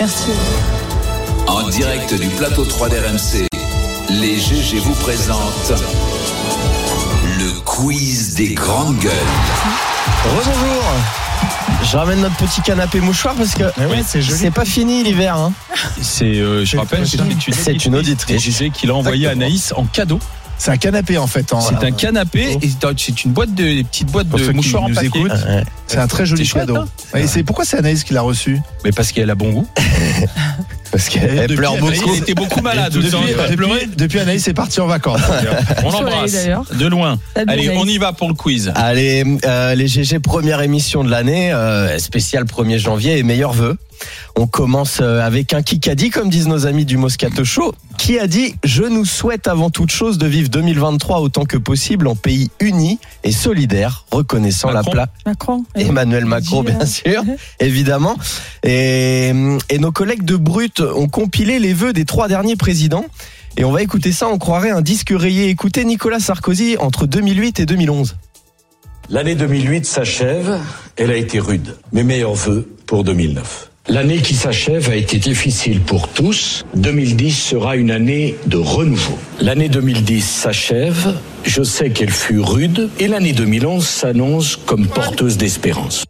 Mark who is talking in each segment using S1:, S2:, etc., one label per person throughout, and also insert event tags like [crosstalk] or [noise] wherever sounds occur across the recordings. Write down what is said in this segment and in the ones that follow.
S1: Merci.
S2: En direct du plateau 3 d'RMC, les GG vous présentent le quiz des grandes gueules.
S3: Rebonjour. Je ramène notre petit canapé mouchoir parce que
S4: Mais ouais, c'est joli.
S3: c'est pas fini l'hiver. hein.
S4: C'est, euh, je rappelle, c'est une,
S3: C'est une
S4: Et
S3: auditrice.
S4: GG qui l'a envoyé à
S3: Exactement.
S4: Anaïs en cadeau.
S5: C'est un canapé en fait. en-
S4: C'est un canapé et c'est un- c'est une boîte de des petites boîtes
S5: Pour
S4: de
S5: ceux qui
S4: mouchoirs en
S5: nous
S4: papier.
S5: écoutent.
S3: Ouais.
S5: C'est un très joli
S4: C'est chouette,
S5: cadeau.
S4: hein
S5: Ouais, et c'est pourquoi c'est Anaïs qui l'a reçu
S4: Mais parce qu'elle a bon goût.
S3: Parce qu'elle
S5: depuis,
S3: pleure
S5: elle
S3: beaucoup.
S4: Elle était beaucoup malade.
S5: depuis,
S4: vous en avez pas pleuré
S5: depuis, depuis, Anaïs est partie en vacances.
S4: On
S6: Sur la
S4: l'embrasse
S6: haie, d'ailleurs.
S4: de loin.
S6: Salut,
S4: Allez,
S6: Anaïs.
S4: on y va pour le
S5: [laughs]
S4: quiz.
S3: Allez, euh, les GG, première émission de l'année, euh, spéciale 1er janvier et meilleurs vœux. On commence euh, avec un qui a dit, comme disent nos amis du Moscato Show, qui a dit Je nous souhaite avant toute chose de vivre 2023 autant que possible en pays uni et solidaire, reconnaissant
S4: Macron.
S3: la place.
S6: Macron.
S4: Eh,
S3: Emmanuel Macron,
S6: Dit, euh,
S3: bien
S5: hein. [laughs]
S3: sûr, évidemment. Et, et nos collègues de Brut ont compilé les vœux des trois derniers présidents. Et on va écouter ça, on croirait un disque rayé. Écoutez Nicolas Sarkozy entre 2008 et 2011.
S7: L'année 2008 s'achève, elle a été rude. Mes meilleurs voeux pour 2009. L'année qui s'achève a été difficile pour tous. 2010 sera une année de renouveau. L'année 2010 s'achève, je sais qu'elle fut rude, et l'année 2011 s'annonce comme porteuse d'espérance.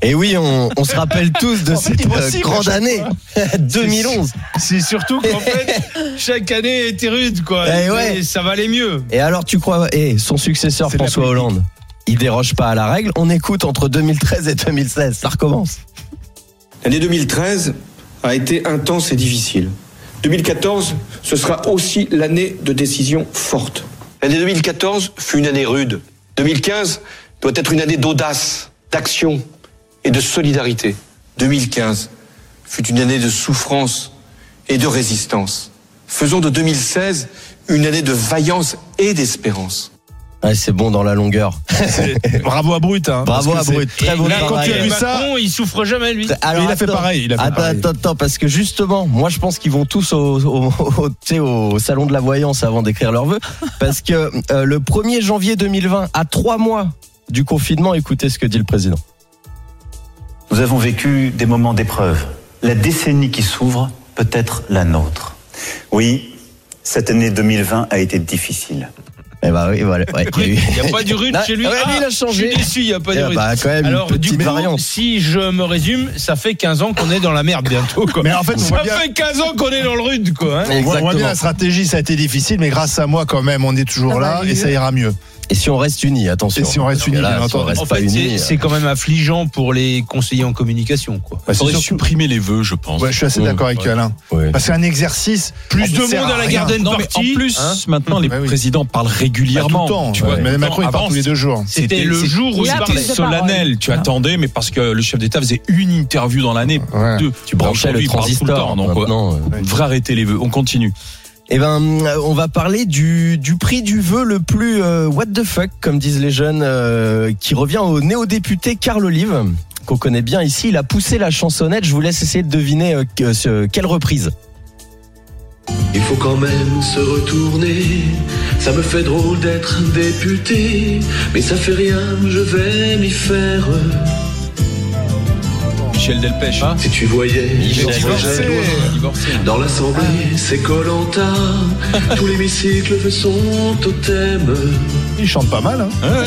S3: Et oui, on, on se rappelle tous de
S5: [laughs] En fait,
S3: cette
S5: il
S3: euh,
S5: m'ossive à
S3: grande
S5: chaque
S3: année [laughs] 2011.
S4: C'est surtout qu'en fait, chaque année était rude, quoi.
S3: Eh ouais.
S4: Et Ça valait mieux.
S3: Et alors tu crois, et son successeur
S5: C'est de la
S3: François
S5: politique.
S3: Hollande, il déroge pas à la règle. On écoute entre 2013 et 2016, ça recommence.
S8: L'année 2013 a été intense et difficile. 2014, ce sera aussi l'année de décisions fortes. L'année 2014 fut une année rude. 2015 doit être une année d'audace, d'action et de solidarité. 2015 fut une année de souffrance et de résistance. Faisons de 2016 une année de vaillance et d'espérance.
S3: Ouais, c'est bon dans la longueur.
S5: Bravo à Brut. hein,
S3: Bravo à
S5: parce que
S3: Brut, très bon
S5: là, quand
S3: travail.
S5: tu as vu ça-
S4: Macron, il souffre jamais, lui.
S3: Alors,
S5: il a fait
S3: attends.
S5: pareil, il a fait
S3: attends,
S5: pareil.
S3: attends, attends, parce que justement, moi je pense qu'ils vont tous au, au- au- tu sais, au salon de la voyance avant d'écrire leurs
S5: [laughs]
S3: vœux. Parce que euh, le 1er janvier 2020, à trois mois du confinement, écoutez ce que dit le président.
S9: Nous avons vécu des moments d'épreuve. La décennie qui s'ouvre peut être la nôtre. Oui, cette année 2020 a été difficile.
S3: Eh bah oui, voilà. ouais, il y a eu-
S4: Il n'y a pas du rude
S3: Non,
S4: chez lui.
S3: ouais,
S4: Ah,
S3: lui, il a
S4: Je
S3: changé.
S4: suis déçu, il n'y a pas
S3: Eh
S4: de rude.
S3: bah, quand même, une
S4: Alors, du
S3: petite
S4: coup,
S3: variante.
S4: si je me résume, ça fait 15 ans qu'on est dans la merde bientôt, quoi.
S5: Mais en fait, on voit
S4: ça
S5: bien.
S4: fait 15 ans qu'on est dans le rude, quoi. hein.
S5: on voit- on voit bien
S3: Exactement.
S5: la stratégie, ça a été difficile, mais grâce à moi quand même, on est toujours
S6: Ça va
S5: là
S6: aller
S5: et ça
S6: mieux.
S5: ira mieux.
S3: [laughs] Et si on reste unis, attention.
S5: Et si on reste
S3: Parce que
S5: unis,
S3: là,
S5: bien
S3: si on
S5: entendu.
S3: reste
S4: En
S3: pas
S4: fait,
S3: unis, euh.
S4: c'est- c'est quand même affligeant pour les conseillers en communication, quoi.
S5: Bah, c'est
S4: Faudrait
S5: sûr que-
S4: supprimer les vœux, je pense.
S5: Ouais, je suis assez d'accord avec euh, Alain.
S3: ouais.
S5: Parce qu'un exercice,
S4: En
S5: plus
S4: plus,
S5: de
S4: sert
S5: monde à la
S4: rien.
S5: garden
S4: Non, mais
S5: party.
S4: En plus,
S5: Hein
S4: maintenant, les
S5: Bah oui.
S4: présidents parlent
S5: Bah, tout
S4: régulièrement.
S5: le temps.
S4: tu vois.
S5: Mais Macron, il
S4: Avant,
S5: parle tous les deux jours.
S4: C'était le jour où
S6: La
S4: c'était
S6: prise de parole.
S4: solennel. Tu
S6: Ah.
S4: attendais, mais parce que le chef d'État faisait une interview dans l'année.
S5: Ouais.
S4: Deux.
S3: tu branchais
S4: Aujourd'hui,
S3: le
S4: il parle tout le
S3: transistor.
S4: temps, donc, ouais.
S3: maintenant, euh.
S4: On devrait arrêter les vœux. On continue.
S3: Eh ben, euh, on va parler du, du prix du vœu le plus euh, what the fuck, comme disent les jeunes, euh, qui revient au néo-député Carl Olive, qu'on connaît bien ici. Il a poussé la chansonnette. Je vous laisse essayer de deviner euh, que- ce- quelle reprise.
S10: Il faut quand même se retourner. Ça me fait drôle d'être député, mais ça fait rien, je vais m'y faire.
S4: Michel Delpech.
S10: Si tu voyais,
S3: Michel
S10: j'en
S3: Divorcé.
S10: faisais loin. Dans l'assemblée,
S2: [laughs]
S10: c'est Colanta. Tout l'hémicycle fait son totem.
S5: Il chante pas mal. hein.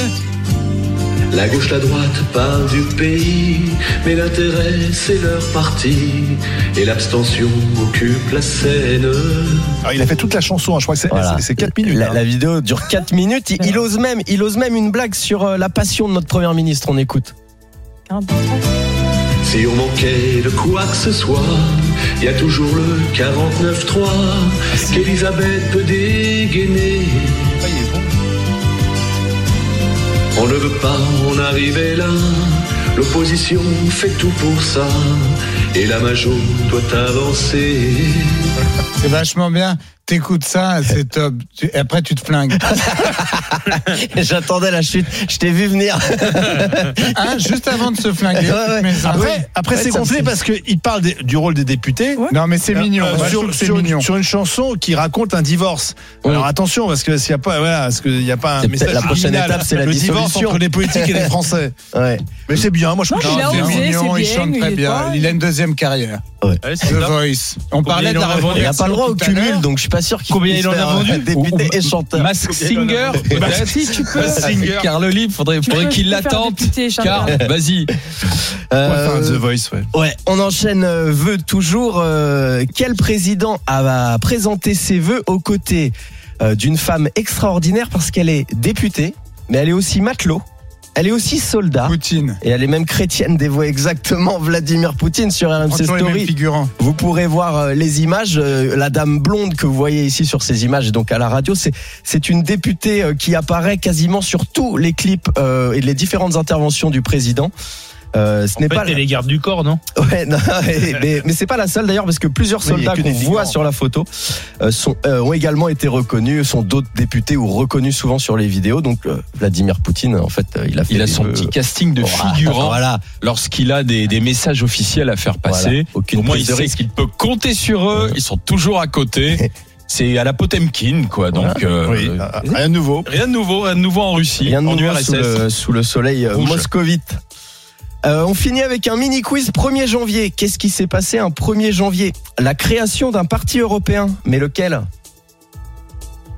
S10: La gauche, la droite parle du pays, mais l'intérêt, c'est leur parti. Et l'abstention occupe la scène.
S5: Alors, il a fait toute la chanson, hein, je crois que c'est
S3: Voilà.
S5: 4 minutes.
S3: La,
S5: hein.
S3: la vidéo dure 4 minutes. Il, il ose même, il ose même une blague sur euh, la passion de notre première ministre. On écoute. [laughs]
S10: Si on manquait de quoi que ce soit, y a toujours le 49-3 qu'Elisabeth peut dégainer. On ne veut pas en arriver là, l'opposition fait tout pour ça, et la majo doit avancer.
S11: C'est vachement bien.
S1: T'écoutes ça, c'est top. Tu- et Après, tu te
S5: [laughs]
S1: flingues.
S3: J'attendais la chute, je t'ai vu
S5: [laughs]
S3: venir.
S1: Hein, juste avant de se flinguer.
S3: Ouais, ouais.
S1: mais ça-
S5: Après, après
S3: Ouais,
S5: c'est
S3: ça me
S5: gonflé
S3: fait-
S5: parce qu'il parle des- du rôle des députés.
S1: Non, mais c'est mignon.
S5: Euh,
S1: Moi, je trouve
S5: sur,
S1: que c'est
S5: sur une-
S1: mignon.
S5: sur une chanson qui raconte un divorce. Alors attention, parce que s'il n'y a pas, voilà, parce qu'il y a pas un
S3: C'est
S5: message
S3: peut-être la prochaine
S5: subliminal.
S3: étape, c'est la
S5: le divorce
S3: dissolution.
S5: entre les politiques et les Français.
S3: Ouais.
S5: Mais c'est bien, moi je trouve
S6: il a
S5: que c'est
S1: C'est
S6: osé,
S5: bien.
S1: mignon,
S6: c'est
S1: il
S6: bien,
S1: chante
S6: il
S1: très
S6: est
S1: bien.
S6: pas-
S1: Il a une deuxième carrière.
S4: Ouais, c'est
S1: The
S4: top.
S1: Voice. On parlait de
S4: il en
S1: la
S4: a vendu
S3: Il n'a
S1: revendication
S3: pas le droit au
S1: tout à l'heure.
S3: cumul, donc je suis pas sûr qu'il
S4: Combien
S3: puisse
S4: il en a
S3: faire, euh,
S4: vendu
S3: Député et chanteur.
S4: Mask Singer,
S3: Eh ben,
S4: peut-être.
S6: Si tu peux.
S4: Singer. Car le livre, faudrait,
S6: Tu
S4: faudrait
S6: peux
S4: [laughs] qu'il
S6: faire
S4: l'attende.
S6: députer,
S4: Car,
S6: Charles.
S4: vas-y.
S3: Euh,
S5: Enfin, The Voice, ouais.
S3: ouais, on enchaîne euh, vœux toujours. euh, quel président a, a présenté ses vœux aux côtés euh, d'une femme extraordinaire parce qu'elle est députée, mais elle est aussi matelot, elle est aussi soldat.
S1: Poutine.
S3: Et elle est même chrétienne, dévoue exactement [laughs] Vladimir Poutine sur RMC
S1: Franchement, il est même
S3: Story.
S1: figurant.
S3: Vous pourrez voir euh, les images. Euh, La dame blonde que vous voyez ici sur ces images, et donc à la radio, c'est c'est une députée euh, qui apparaît quasiment sur tous les clips euh, et les différentes interventions du président. Euh, ce
S4: En fait,
S3: n'est pas
S4: t'es les gardes du corps, non
S3: [laughs] ouais, non, mais, mais- mais c'est pas la seule d'ailleurs parce que plusieurs
S5: Oui, il y a
S3: soldats
S5: que
S3: qu'on
S5: des
S3: voit
S5: figurants.
S3: sur la photo euh, sont euh, ont également été reconnus, sont d'autres députés ou reconnus souvent sur les vidéos. Donc euh, Vladimir Poutine, en fait, euh, il a fait
S11: Il a
S3: des
S11: son
S3: vœux-
S11: petit casting
S4: Oh,
S11: de
S3: Voilà,
S11: figurant
S3: Voilà.
S11: lorsqu'il a des, des messages officiels à faire passer.
S3: Voilà. Aucune
S11: Au moins, il
S3: prise de
S11: sait
S3: risque.
S11: qu'il peut compter sur eux. Ils sont toujours à
S3: [laughs]
S11: côté. C'est à la Potemkin, quoi. Donc, euh,
S5: Oui,
S11: euh,
S5: euh, rien de nouveau.
S11: rien de nouveau, rien de nouveau en Russie,
S3: Ah, Rien de
S11: en
S3: nouveau
S11: URSS.
S3: sous le, sous le soleil euh,
S11: Rouge.
S3: moscovite. Euh, on finit avec un mini quiz 1er janvier. Qu'est-ce qui s'est passé un 1er janvier La création d'un parti européen. Mais lequel
S5: Oh,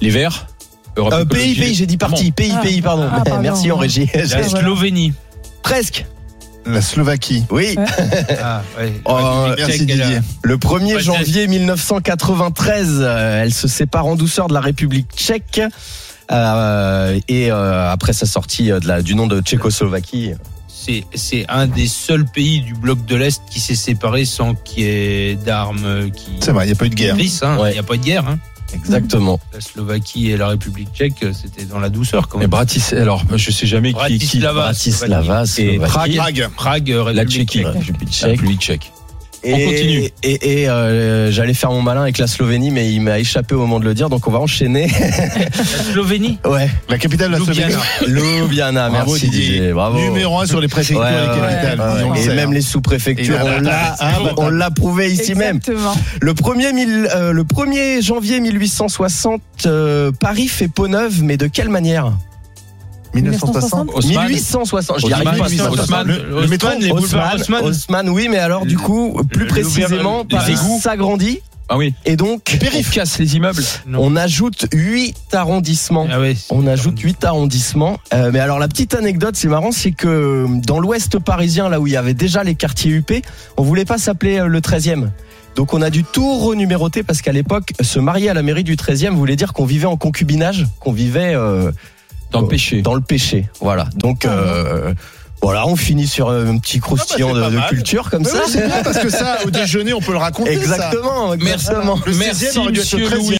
S11: Les Verts. Europe
S3: Euh,
S11: Écologie
S3: Pays,
S11: Les-
S3: pays, j'ai dit parti. Pays,
S6: Ah.
S3: pays, pardon.
S6: Ah, pardon.
S3: [laughs] Merci en régie.
S4: La
S3: J'ai-
S4: Slovénie.
S3: [laughs] Presque.
S5: La Slovaquie.
S3: Oui.
S4: Ah, ouais.
S3: Euh,
S5: Merci Didier.
S3: le 1er
S4: Ouais,
S3: janvier 1993, euh, elle se sépare en douceur de la République tchèque. Euh, et euh, après sa sortie euh, de la, du nom de Tchécoslovaquie.
S4: C'est, c'est un des seuls pays du bloc de l'Est qui s'est séparé sans qu'il y ait d'armes euh, qui.
S5: C'est vrai, il n'y a pas eu de guerre.
S4: Triste, hein. Il
S3: Ouais.
S4: n'y a pas de guerre. Hein.
S3: Exactement.
S4: La Slovaquie et la République tchèque, euh, c'était dans la douceur quand
S11: Mais
S4: même.
S11: Bratislava. Alors, je sais jamais qui. qui
S4: Bratislava,
S3: Bratislava,
S11: et
S3: Slovaquie.
S11: Prague,
S5: Prague.
S4: Prague, euh,
S11: la
S4: République
S11: Tchéquie.
S4: tchèque.
S11: La République tchèque. La République tchèque.
S3: Et,
S11: On continue.
S3: Et, et, euh, j'allais faire mon malin avec la Slovénie, mais il m'a échappé au moment de le dire, donc on va enchaîner.
S4: La Slovénie.
S3: [laughs] Ouais.
S5: La capitale de la
S4: Ljubljana.
S5: Slovénie.
S3: Ljubljana,
S5: Ah, Bravo,
S3: merci
S5: Didier.
S3: Didier, bravo.
S5: Numéro 1 sur les préfectures
S3: Ouais,
S5: et les
S3: ouais,
S5: capitales.
S3: ouais,
S5: On le
S3: ouais. Et
S5: sait,
S3: même
S5: hein.
S3: les
S5: Et
S3: sous-préfectures, on
S5: voilà,
S3: l'a,
S5: ah, bah,
S3: on l'a prouvé ici même.
S6: Exactement.
S3: Le 1er, mille- euh, le 1er janvier 1860, euh, Paris fait peau neuve, mais de quelle manière
S6: 1960.
S5: 1960.
S11: Haussmann.
S3: 1860, j'y
S11: Haussmann,
S3: arrive pas.
S11: Haussmann, Haussmann,
S3: 1860.
S5: Le- le métro,
S4: les boulevards
S3: Haussmann,
S4: Haussmann.
S3: Haussmann, oui, mais alors du coup, plus
S4: le-
S3: précisément,
S4: l'ouverture
S11: des
S3: Paris
S11: égouts.
S3: s'agrandit
S11: Ah oui.
S3: et donc
S11: On casse les immeubles.
S4: Non.
S3: on ajoute 8 arrondissements.
S4: Ah ouais.
S3: On ajoute 8 arrondissements. Euh, mais alors la petite anecdote, c'est marrant, c'est que euh, dans l'ouest parisien, là où il y avait déjà les quartiers UP, on voulait pas s'appeler euh, le 13e. Donc on a dû tout renuméroter parce qu'à l'époque, se marier à la mairie du 13e voulait dire qu'on vivait en concubinage, qu'on vivait euh,
S11: Dans le péché.
S3: dans le péché. Voilà. Donc euh, voilà, on finit sur euh, un
S5: Ah bah,
S3: petit croustillant de- de, culture comme
S5: Mais
S3: ça.
S5: oui, c'est bien parce que ça, au déjeuner, on peut le raconter.
S3: [laughs]
S5: ça.
S3: exactement,
S11: Merci.
S3: exactement.
S5: Le 16e
S11: Merci,
S5: aurait dû être le
S11: monsieur
S5: 13e.
S11: Louis.